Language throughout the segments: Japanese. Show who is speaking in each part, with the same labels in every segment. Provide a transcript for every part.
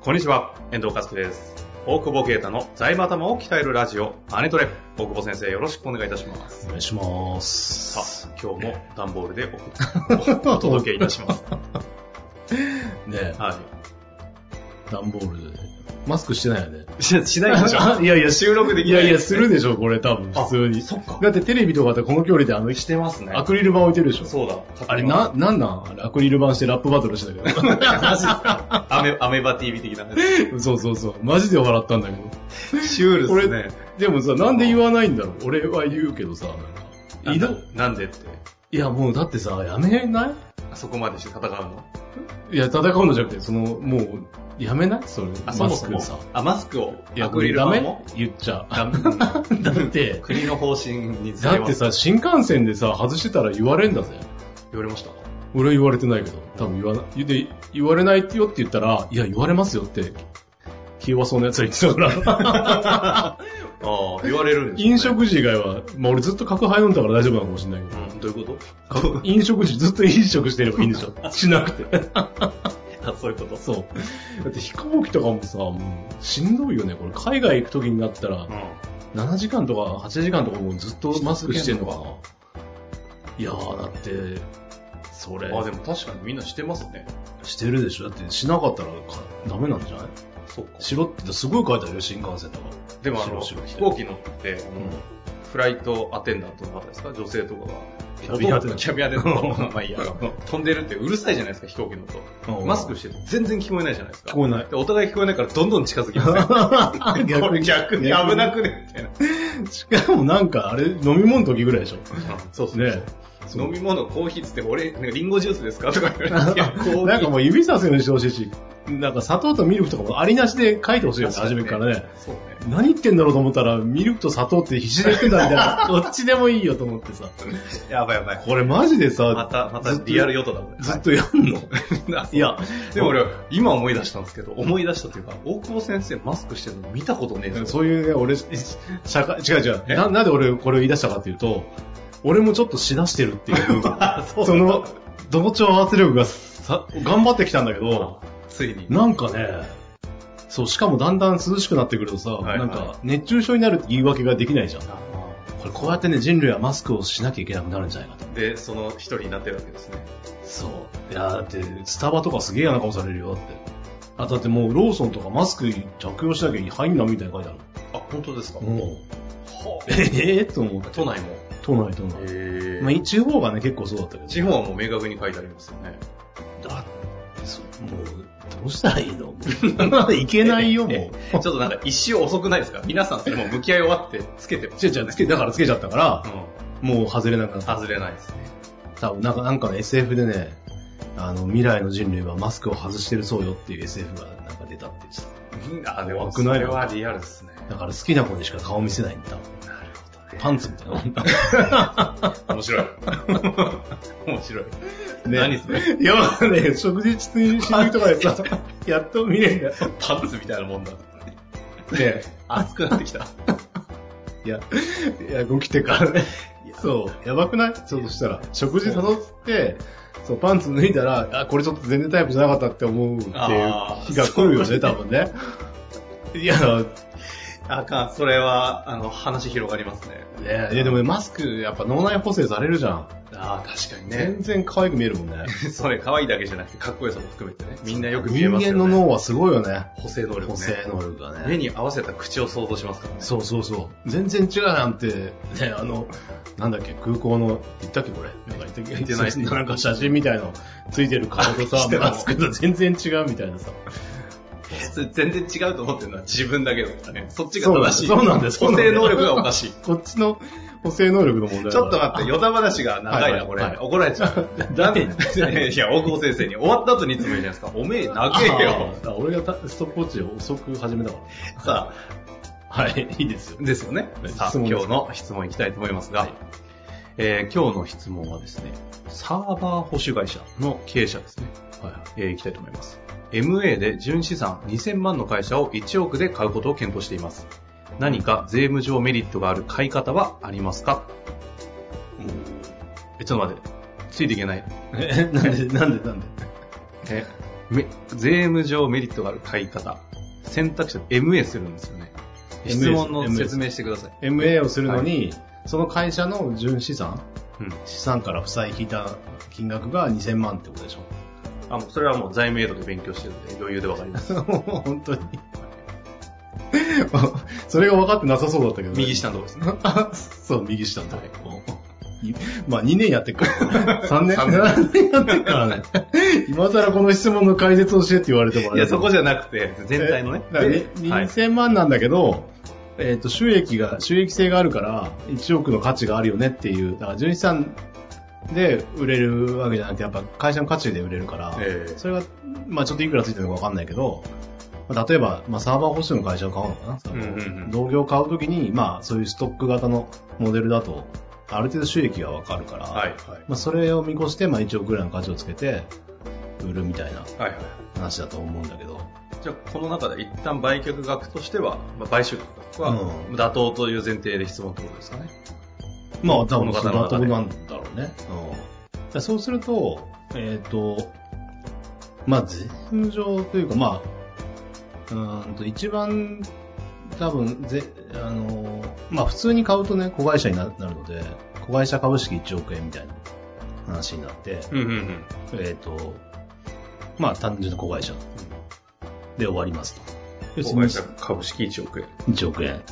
Speaker 1: こんにちは、遠藤和樹です。大久保啓太の財務頭を鍛えるラジオ、アネトレ。大久保先生、よろしくお願いいたします。
Speaker 2: お願いします。
Speaker 1: さあ、今日も段ボールでおお届けいたします。
Speaker 2: ね
Speaker 1: は
Speaker 2: 段ボールで。マスクしてないよね。
Speaker 1: い。ししないでしょ
Speaker 2: いやいや、
Speaker 1: 収録でき
Speaker 2: い
Speaker 1: ない
Speaker 2: やいや、するでしょ、これ多分、普通に。
Speaker 1: そっか。
Speaker 2: だってテレビとかってこの距離であの、
Speaker 1: してますね
Speaker 2: ア。クリル板置いてるでしょ。
Speaker 1: そうだ。
Speaker 2: あれ、な、なんなんあれ、アクリル板してラップバトルしてたけ
Speaker 1: アメ、アメバ TV 的なね。
Speaker 2: ど。そうそうそう。マジで笑ったんだけど。
Speaker 1: シュールですね。
Speaker 2: でもさ、なんで言わないんだろう俺は言うけどさ、なんか。移動
Speaker 1: なんでって。
Speaker 2: いや、もうだってさ、やめな
Speaker 1: あそこまでして戦うの
Speaker 2: いいや、戦うのじゃなくて、その、もう、やめないそれ。
Speaker 1: あ、
Speaker 2: マ
Speaker 1: そも
Speaker 2: ス
Speaker 1: そ
Speaker 2: ク
Speaker 1: も
Speaker 2: さ。。
Speaker 1: あ、マスクを。
Speaker 2: いや、
Speaker 1: ア
Speaker 2: こ
Speaker 1: クリ
Speaker 2: れ
Speaker 1: ル
Speaker 2: ダ
Speaker 1: 板
Speaker 2: メ
Speaker 1: も
Speaker 2: 言っちゃう。
Speaker 1: ダメ
Speaker 2: だ って、
Speaker 1: 国の方針にずれ
Speaker 2: だっ
Speaker 1: ま
Speaker 2: て
Speaker 1: す。
Speaker 2: さ、新幹線でさ、外してたら言われんだぜ。
Speaker 1: 言われました
Speaker 2: 俺は言われてないけど、多分言わな、で、言われないよって言ったら、いや、言われますよって、気弱そうな奴が言ってた から、
Speaker 1: ああ、言われるんですね
Speaker 2: 飲食時以外は、まあ俺ずっと角杯飲んだから大丈夫なのかもしれないけど
Speaker 1: うん、どういうこと
Speaker 2: 角、飲食時ずっと飲食してればいいんで しょしなくて。
Speaker 1: あ、そういうこと
Speaker 2: そう。だって飛行機とかもさ、もう、しんどいよね。これ、海外行く時になったら
Speaker 1: う、ん。
Speaker 2: 7時間とか8時間とかもうずっとマスクしてんのかな。いやー、だって、それ。
Speaker 1: あ、でも確かにみんなしてますね。
Speaker 2: してるでしょだってしなかったらかダメなんじゃない
Speaker 1: そうか
Speaker 2: しろってすごい書いてあるよ、新幹線とか。
Speaker 1: でもあの、
Speaker 2: しろし
Speaker 1: 飛
Speaker 2: ろ
Speaker 1: 行機乗って、あのフライトアテンダントの方ですか女性とかが。
Speaker 2: キャビンアテンダント
Speaker 1: キャビンアテンダントまあいいや。あの飛んでるってうるさいじゃないですか、飛行機の音。
Speaker 2: うん
Speaker 1: マスクしてて全然聞こえないじゃないですか。
Speaker 2: 聞こえない
Speaker 1: でお互い聞こえないからどんどん近づきますね。これ逆に危なくねみたいな。
Speaker 2: しかもなんか、あれ、飲み物の時ぐらいでしょ。
Speaker 1: そうですね。
Speaker 2: ねそう
Speaker 1: 飲み物、コーヒーっつって、俺、なんかリンゴジュースですかとか言われて。いやコーヒー
Speaker 2: なんかもう指さすようにしてほしいし、なんか砂糖とミルクとかもありなしで書いてほしいよね、初めからね。
Speaker 1: そうね。
Speaker 2: 何言ってんだろうと思ったら、ミルクと砂糖って必死で言ってんだみたい な。どっちでもいいよと思ってさ。
Speaker 1: やばいやばい。
Speaker 2: これマジでさ、
Speaker 1: また、またリアルヨトだもんね。
Speaker 2: ずっとやんのいや、
Speaker 1: でも俺、今思い出したんですけど、思い出したというか、大久保先生マスクしてるの見たことねえぞ。
Speaker 2: そういうね、俺、社会、違う違う。
Speaker 1: え
Speaker 2: な、なんで俺これを言い出したかっていうと、俺もちょっとしだしてるっていう、
Speaker 1: そ
Speaker 2: その、同調圧力がさ、頑張ってきたんだけど、
Speaker 1: ついに。
Speaker 2: なんかね、そう、しかもだんだん涼しくなってくるとさ、
Speaker 1: はい
Speaker 2: なんか、熱中症になるって言い訳ができないじゃん。これこうやってね、人類はマスクをしなきゃいけなくなるんじゃないかと。
Speaker 1: で、その一人になってるわけですね。
Speaker 2: そう。いや、だって、スタバとかすげえ嫌な顔されるよ、だって。あ、だってもう、ローソンとかマスク着用しなきゃ入んな、みたいに書いてある。
Speaker 1: あ、本当ですか
Speaker 2: もう、
Speaker 1: はあ
Speaker 2: ええと思って。
Speaker 1: 都内も。
Speaker 2: 都内、都内。
Speaker 1: へ
Speaker 2: まあ、地方がね、結構そうだったけど。
Speaker 1: 地方はもう明確に書いてありますよね。
Speaker 2: だってそう、もう、どうしたらいいのもういけない よ、もう
Speaker 1: え。ちょっとなんか一周遅くないですか皆さんそれもう向き合い終わってつけてます。
Speaker 2: 違う違う、つけ、だからつけちゃったから
Speaker 1: う、ん。
Speaker 2: もう外れなくなった。
Speaker 1: 外れないですね。
Speaker 2: 多分、なんか、なんかの SF でね、あの、未来の人類はマスクを外してるそうよっていう SF がなんか出たって言ってた。
Speaker 1: うんあ、でも、
Speaker 2: 怖
Speaker 1: そ
Speaker 2: くない
Speaker 1: れはリアルですね。
Speaker 2: だから好きな子にしか顔見せないんだ。
Speaker 1: なるほどね。
Speaker 2: パンツみたいなも んだ。
Speaker 1: 面白 い。面白い。
Speaker 2: ね
Speaker 1: 何それ
Speaker 2: いや、ね、食事中に死ぬとかでさ、やっと見れるんだよ。
Speaker 1: パンツみたいなもんだ。
Speaker 2: ね
Speaker 1: 熱くなってきた。
Speaker 2: いや、いや、起きてからね。そう、やばくないちょっとしたら。食事誘って、そう、パンツ脱いだら、あ、これちょっと全然タイプじゃなかったって思うっていう日
Speaker 1: あ
Speaker 2: が
Speaker 1: ー
Speaker 2: 来るよね、多分ね。いや、
Speaker 1: あかん、それは、あの、話広がりますね。
Speaker 2: ねいやでもね、マスク、やっぱ脳内補正されるじゃん。
Speaker 1: ああ、確かにね。
Speaker 2: 全然可愛く見えるもんね。
Speaker 1: それ、可愛いだけじゃなくて、かっこよさも含めてね。みんなよく見え
Speaker 2: 人
Speaker 1: ますよ
Speaker 2: 間
Speaker 1: ね。
Speaker 2: の脳はすごいよね。
Speaker 1: 補正能力ね。
Speaker 2: 補正能力が
Speaker 1: 目
Speaker 2: ね。
Speaker 1: に合わせた口を想像しますからね。
Speaker 2: そうそうそう。全然違うなんて、ね、あの、なんだっけ、空港の、言ったっけこれ。なんか 言ったっけ
Speaker 1: 言ってない
Speaker 2: なんか写真みたいのついてる顔と
Speaker 1: あ知
Speaker 2: さ
Speaker 1: って、た
Speaker 2: マスクと全然違うみたいなさ。
Speaker 1: それ全然違うと思ってるのは自分だけだからね。そっちが正しい。
Speaker 2: そうなんですそうなんで
Speaker 1: 補正
Speaker 2: す
Speaker 1: 能力がおかしい。
Speaker 2: こっちの補正能力の問 題
Speaker 1: ちょっと
Speaker 2: は
Speaker 1: 待って、ヨタ話が長い
Speaker 2: は
Speaker 1: な、
Speaker 2: い
Speaker 1: これ。
Speaker 2: はい
Speaker 1: 怒られちゃう。 ダメ。いや、大久保先生に終わった後にいつも言うじゃないですか。おめえ、長えよ。
Speaker 2: ああ俺がたストップウォッチを遅く始めたか
Speaker 1: さ
Speaker 2: ら。はい、いいですよ
Speaker 1: あ、。ですよね。さあ、
Speaker 2: 質問で
Speaker 1: 今
Speaker 2: す
Speaker 1: 日の質問いきたいと思いますが、
Speaker 2: はい
Speaker 1: えー今日の質問はですね、サーバー保守会社の経営者ですね。
Speaker 2: はいはい
Speaker 1: えーいきたいと思います。MA で純資産2000万の会社を1億で買うことを検討しています。何か税務上メリットがある買い方はありますかえ、ちょっと待って。ついていけない。
Speaker 2: えなんで、なんで、なん で。
Speaker 1: え、め税務上メリットがある買い方。選択肢 MA するんですよね。
Speaker 2: MA
Speaker 1: 質問の説明してください。
Speaker 2: MA をするのに、その会社の純資産、
Speaker 1: うん。
Speaker 2: 資産から負債引いた金額が2000万ってことでしょ。
Speaker 1: あ、もうそれはもう財務エイドで勉強してるんで、余裕でわかります。
Speaker 2: もう 本当に。それが分かってなさそうだったけど、
Speaker 1: 右。下のとこですね。
Speaker 2: そう、右下のとこ
Speaker 1: はい
Speaker 2: いまあ2年やってっから、3年、
Speaker 1: 三年
Speaker 2: 7年やってっからね。今更この質問の解説を教えって言われてもあ
Speaker 1: い
Speaker 2: れ
Speaker 1: や、
Speaker 2: だけど
Speaker 1: そこじゃなくて、全体のね。
Speaker 2: だからね
Speaker 1: ではい
Speaker 2: 2000万なんだけど、えっ、と、収益が、収益性があるから、1億の価値があるよねっていう、だから、純資産で売れるわけじゃなくて、やっぱ会社の価値で売れるから、
Speaker 1: ええ
Speaker 2: それが、まあちょっといくらついてるのかわかんないけど、まあ例えば、まあサーバー保守の会社を買うのかな、その
Speaker 1: うんうんうん
Speaker 2: 同業を買うときに、まあそういうストック型のモデルだと、ある程度収益がわかるから、
Speaker 1: はい。
Speaker 2: まあそれを見越して、まあ1億ぐらいの価値をつけて、売るみたいな
Speaker 1: はいはい。
Speaker 2: 話だと思うんだけど、
Speaker 1: じゃあ、この中で一旦売却額としては、まあ、買収額は
Speaker 2: う
Speaker 1: 妥当という前提で質問ってことですかね。
Speaker 2: まあ、多
Speaker 1: この
Speaker 2: 分
Speaker 1: 方
Speaker 2: そ
Speaker 1: の
Speaker 2: の
Speaker 1: 中で
Speaker 2: 後なんだろうね。うんでそうすると、えっ、と、まあ、税務上というか、まあ、うーんと、一番、多分、ぜ、あの、まあ、普通に買うとね、子会社にななるので、子会社株式1億円みたいな話になって、
Speaker 1: うんうんうん。
Speaker 2: えっ、と、まあ、単純な子会社で終わりますと。
Speaker 1: 子会社株式1億円。
Speaker 2: 1億円。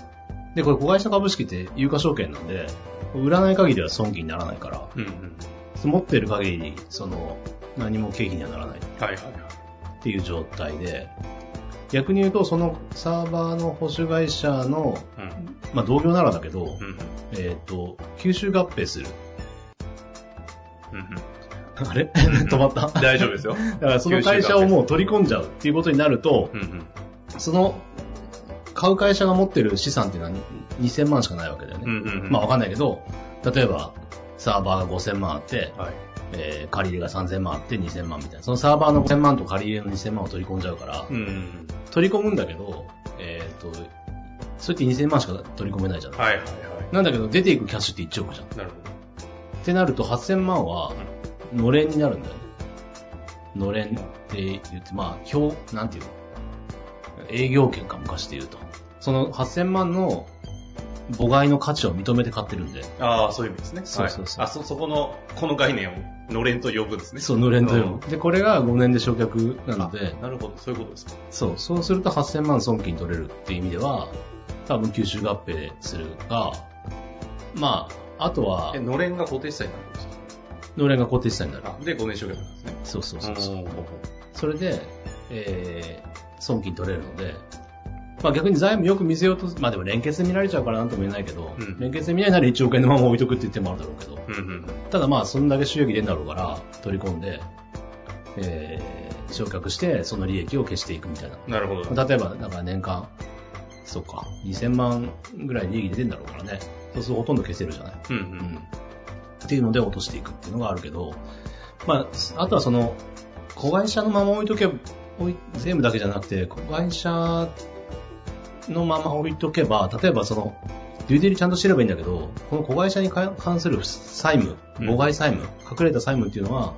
Speaker 2: で、これ、子会社株式って有価証券なんで、売らない限りは損金にならないから、
Speaker 1: うんうん。
Speaker 2: 持ってる限り、その、何も経費にはならないっ
Speaker 1: はいはいはい。
Speaker 2: ていう状態で、逆に言うと、そのサーバーの保守会社の、
Speaker 1: うん。
Speaker 2: まあ同業ならだけど、
Speaker 1: うんうん。
Speaker 2: えっ、と、吸収合併する。
Speaker 1: うんうん
Speaker 2: あれ 止ま った。
Speaker 1: 大丈夫ですよ。
Speaker 2: だからその会社をもう取り込んじゃうっていうことになると
Speaker 1: う、んうん。
Speaker 2: その、買う会社が持ってる資産っていうのは2000万しかないわけだよね。
Speaker 1: うんうんうん
Speaker 2: まあわかんないけど、例えば、サーバーが5000万あって、
Speaker 1: はい。
Speaker 2: えー借り入れが3000万あって2000万みたいな。そのサーバーの5000万と借り入れの2000万を取り込んじゃうから、
Speaker 1: うんうん
Speaker 2: 取り込むんだけど、えっ、と、それって2000万しか取り込めないじゃ
Speaker 1: うん。
Speaker 2: ない、
Speaker 1: はいはいは
Speaker 2: なんだけど、出ていくキャッシュって1億じゃん。っ
Speaker 1: い。なるほど。
Speaker 2: てなると8000万は、のれんになるんだよね。のれんって言って、まあ、表、なんていうの営業権か昔で言うと。その8000万の母外の価値を認めて買ってるんで、
Speaker 1: ああ、そういう意味ですね。
Speaker 2: そうそうそう
Speaker 1: はいあ、そ、そこの、この概念を、のれんと呼ぶんですね。
Speaker 2: そう、のれんというの。で、これが5年で償却なので、
Speaker 1: なるほど、そういうことですか。
Speaker 2: そう、そうすると8000万損金取れるっていう意味では、多分吸収合併するが、まあ、あとは
Speaker 1: え、、のれんが固定資産になるんですか
Speaker 2: のれんが固定資産になる。
Speaker 1: あ、で、5年償却なんですね。
Speaker 2: そうそうそうそう。
Speaker 1: ん
Speaker 2: それで、えー、損金取れるので、まあ逆に財務よく見せようと、まあでも連結で見られちゃうからなんとも言えないけど、
Speaker 1: うん
Speaker 2: 連結で見ないなら1億円のまま置いとくって言ってもあるだろうけど、
Speaker 1: うんうん。
Speaker 2: ただまあそんだけ収益出るんだろうから、取り込んで、えー、償却して、その利益を消していくみたいな。
Speaker 1: なるほど。
Speaker 2: 例えば、だから年間、そうか、2000万ぐらい利益出てんだろうからね。そうするとほとんど消せるじゃない。
Speaker 1: うんう
Speaker 2: うん。
Speaker 1: ん。
Speaker 2: っていうので落としていくっていうのがあるけど、まあ、あとはその、子会社のまま置いとけば、置い税務だけじゃなくて、子会社のまま置いとけば、例えばその、デューデリちゃんとしてればいいんだけど、この子会社にか関する債務、
Speaker 1: うん
Speaker 2: 母外債務、隠れた債務っていうのは、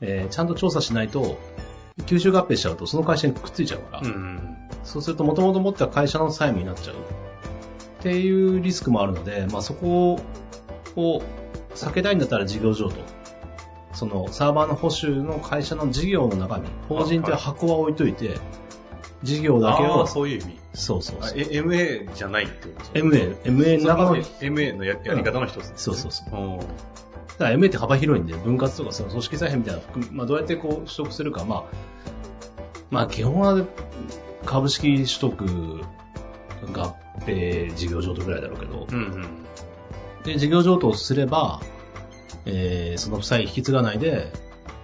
Speaker 2: えーちゃんと調査しないと、吸収合併しちゃうと、その会社にくっついちゃうから、
Speaker 1: うんうん。
Speaker 2: そうすると、もともと持ってた会社の債務になっちゃう。っていうリスクもあるので、まあ、そこを避けたいんだったら事業譲渡。そのサーバーの保守の会社の事業の中身、法人という箱は置いといて、事業だけ
Speaker 1: あ
Speaker 2: を、
Speaker 1: あ、
Speaker 2: そう
Speaker 1: そういう意味。
Speaker 2: そうそう
Speaker 1: あえ MA じゃないってことですね
Speaker 2: MA、MA の中の、
Speaker 1: MA のややり方の一つです
Speaker 2: そう
Speaker 1: ね、
Speaker 2: そうそう。
Speaker 1: おー
Speaker 2: だから MA って幅広いんで、分割とかその組織再編みたいなの含む、まあ、どうやってこう取得するか、まあ、まあ、基本は株式取得合併事業譲渡ぐらいだろうけど
Speaker 1: う、んうん。
Speaker 2: で、事業譲渡をすれば、えーその負債引き継がないで、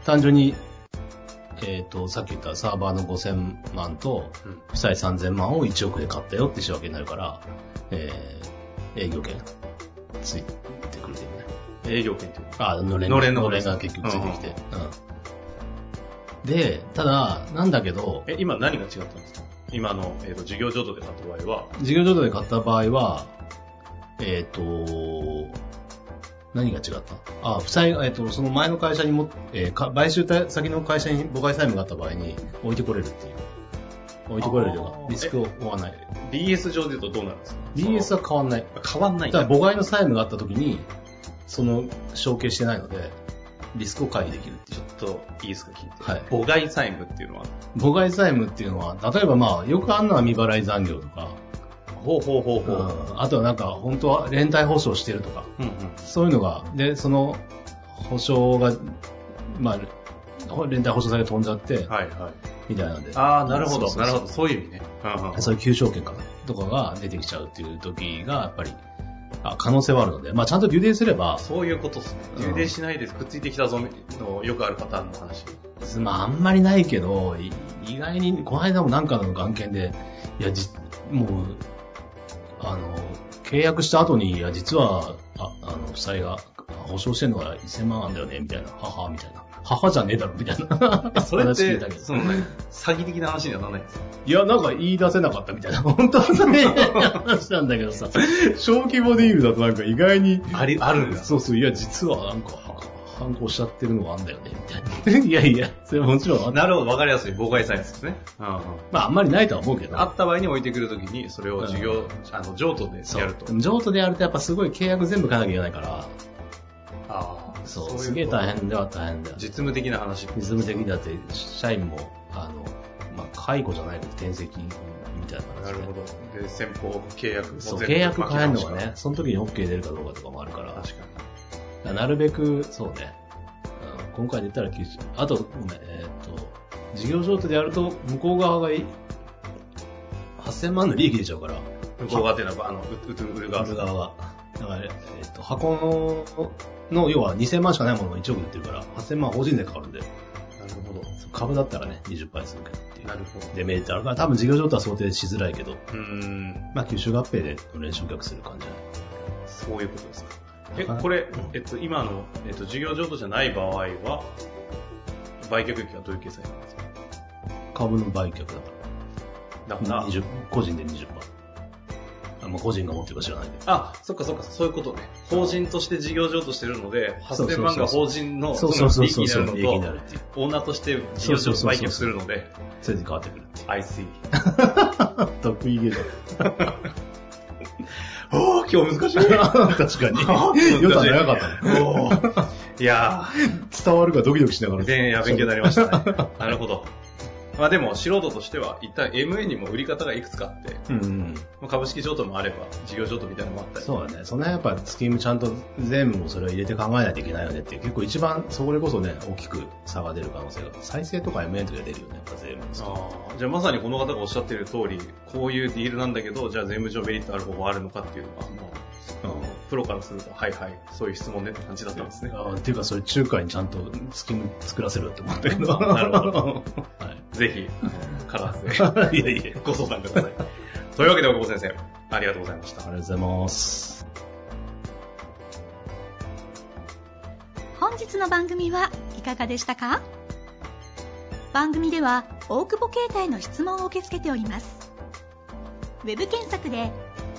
Speaker 2: 単純に、えっ、と、さっき言ったサーバーの5000万と、
Speaker 1: うん
Speaker 2: 負債3000万を1億で買ったよって仕分けになるから、えー営業権ついてくるんだよね。
Speaker 1: 営業権っていう
Speaker 2: あ、のれん
Speaker 1: のれんの
Speaker 2: の
Speaker 1: ことで
Speaker 2: れん
Speaker 1: す
Speaker 2: が結局ついてきて。うんで、ただ、なんだけど、
Speaker 1: え、今何が違ったんですか今の、えー、と事業譲渡で買った場合は、
Speaker 2: 事業譲渡で買った場合は、えっ、と、何が違ったあ、負債、えっ、と、その前の会社にも、えーか買収た先の会社に母外債務があった場合に置いてこれるっていう。置いてこれるという
Speaker 1: あ
Speaker 2: か
Speaker 1: ー、
Speaker 2: リスクを負わない。
Speaker 1: BS 上で言うとどうなるんですか
Speaker 2: BS は変わんない。
Speaker 1: その変わんない
Speaker 2: だから母外の債務があった時に、その承継してないので、リスクを回避できるっていう
Speaker 1: ちょ。っと、いいですか聞いて。
Speaker 2: はい
Speaker 1: 母外債務っていうのは、
Speaker 2: 母外債務っていうのは、例えばまあ、よくあんのは未払い残業とか、
Speaker 1: ほうほうほうほう。
Speaker 2: あとはなんか、本当は連帯保証してるとか、
Speaker 1: うんうん。
Speaker 2: そういうのが、で、その保証が、まあ、連帯保証債が飛んじゃって、
Speaker 1: はいはい。
Speaker 2: みたいなんで。
Speaker 1: ああ、なるほど、
Speaker 2: そうそう
Speaker 1: な
Speaker 2: そ
Speaker 1: る
Speaker 2: う
Speaker 1: ほど。そういう意味ね。うんうん。
Speaker 2: そういう求償権かなとかが出てきちゃうっていう時が、やっぱり、あ可能性はあるので、まあ、ちゃんと留年すれば、
Speaker 1: そういうことですね。
Speaker 2: うん
Speaker 1: 充電しないでくっついてきたぞの、よくあるパターンの話。
Speaker 2: まあ、あんまりないけど、い意外に、この間もなんかの案件で、いや、じ、もう、あの、契約した後に、いや、実は、ああの、負債が、保証してるのが1000万なんだよね、みたいな、母、みたいな。母じゃねえだろ、みたい な。
Speaker 1: それっ
Speaker 2: 話聞い
Speaker 1: て
Speaker 2: たけ、ど
Speaker 1: そのね、詐欺的な話にはならないですか
Speaker 2: いや、なんか言い出せなかったみたいな、本当はね、話なんだけどさ、小規模ディールだとなんか意外に、
Speaker 1: あり、あるんです。
Speaker 2: そうそう、いや、実はなんか、反抗しちゃってるのがあんだよね、みたいな。いやいや、それはもちろんあった、
Speaker 1: なるほど、わかりやすい。妨害債ですね。うんうん。
Speaker 2: まあ、あんまりないとは思うけど。
Speaker 1: あった場合に置いてくるときに、それを事業、あの、譲渡でやると
Speaker 2: で。も譲渡でやるとやっぱすごい契約全部変えなきゃいけないから、
Speaker 1: ああ、
Speaker 2: そう、
Speaker 1: いこと
Speaker 2: すげえ大変では大変だよ。
Speaker 1: 実務的な話。
Speaker 2: リズム的にだって、社員も、あの、まあ、解雇じゃないけど、転籍みたいな感
Speaker 1: な
Speaker 2: じで。
Speaker 1: るほど。で、先方契約も
Speaker 2: そう、
Speaker 1: 全部
Speaker 2: 契約変えるのが
Speaker 1: 巻き直し
Speaker 2: ね、その時に OK 出るかどうかとかもあるから、
Speaker 1: から。
Speaker 2: だか
Speaker 1: 確か
Speaker 2: らなるべく、そうね、うん今回で言ったら90、あと、ごめん、えーっと、事業譲渡でやると、向こう側がい8000万の利益出ちゃうから、
Speaker 1: に。向こう側っていうのは、あの、うううる側
Speaker 2: 売る側が。だから、えっと、箱の、の、要は2000万しかないものが1億で売ってるから、8000万法人税かかるんで、
Speaker 1: なるほど。
Speaker 2: 株だったらね、20倍するけどってい
Speaker 1: な
Speaker 2: う。
Speaker 1: るほど。
Speaker 2: デメリットあるから、多分事業譲渡は想定しづらいけど、
Speaker 1: うーん、
Speaker 2: まあ、吸収合併での連償却する感じじゃない
Speaker 1: そういうことですか。え、
Speaker 2: なかなか
Speaker 1: これ、えっと、今の、えっと、事業譲渡じゃない場合は、売却益はどういう計算なんですか
Speaker 2: 株の売却だか、
Speaker 1: だからら、
Speaker 2: 20個人で20%。あまあ、個人が持ってるか知らないけど。
Speaker 1: あ、そっかそっか、そういうことね。法人として事業譲渡してるので、
Speaker 2: そう
Speaker 1: 8000
Speaker 2: そうそう
Speaker 1: 万
Speaker 2: そう
Speaker 1: が法人の、
Speaker 2: そうそうそうそう、
Speaker 1: その利益
Speaker 2: 利益
Speaker 1: に
Speaker 2: に
Speaker 1: な
Speaker 2: な
Speaker 1: るの
Speaker 2: るっていう。
Speaker 1: と、オーナーとして事業譲渡売却するので、
Speaker 2: それで変わってくるっていう。
Speaker 1: I see。
Speaker 2: 得意げだ。
Speaker 1: おー、今日難しい。
Speaker 2: 確かに。よさ長かったね。
Speaker 1: おー いや
Speaker 2: 伝わるかドキドキしなが
Speaker 1: ー、
Speaker 2: ら。
Speaker 1: 勉や勉強になりましたね。 なるほど。まあでも、素人としては、一旦 MA にも売り方がいくつかあって、
Speaker 2: うんうん。
Speaker 1: まあ株式譲渡もあれば、事業譲渡みたいなのもあったり。
Speaker 2: そうだね。その辺やっぱスキームちゃんと全部もそれを入れて考えないといけないよねっていう。結構一番、それこそね、大きく差が出る可能性が。再生とか MA とか出るよね、やっぱ全部。
Speaker 1: あーじゃあまさにこの方がおっしゃってる通り、こういうディールなんだけど、じゃあ税務上メリットある方法あるのかっていうのは、もう、プロからすると、はいはい、そういう質問ねって感じだったんですね。
Speaker 2: あーっていうか、それ中華にちゃんとスキーム作らせるって 思ったけ ど。
Speaker 1: なるほ
Speaker 2: ど。
Speaker 1: ぜひ、カラーズ
Speaker 2: はい。いやいや、あり
Speaker 1: でご相談ください。というわけで、大久保先生、ありがとうございました
Speaker 2: が。とうございます。
Speaker 3: 本日の番組はいかがでしたか番組では大久保携帯の質問を受け付けておりますウェブ検索で「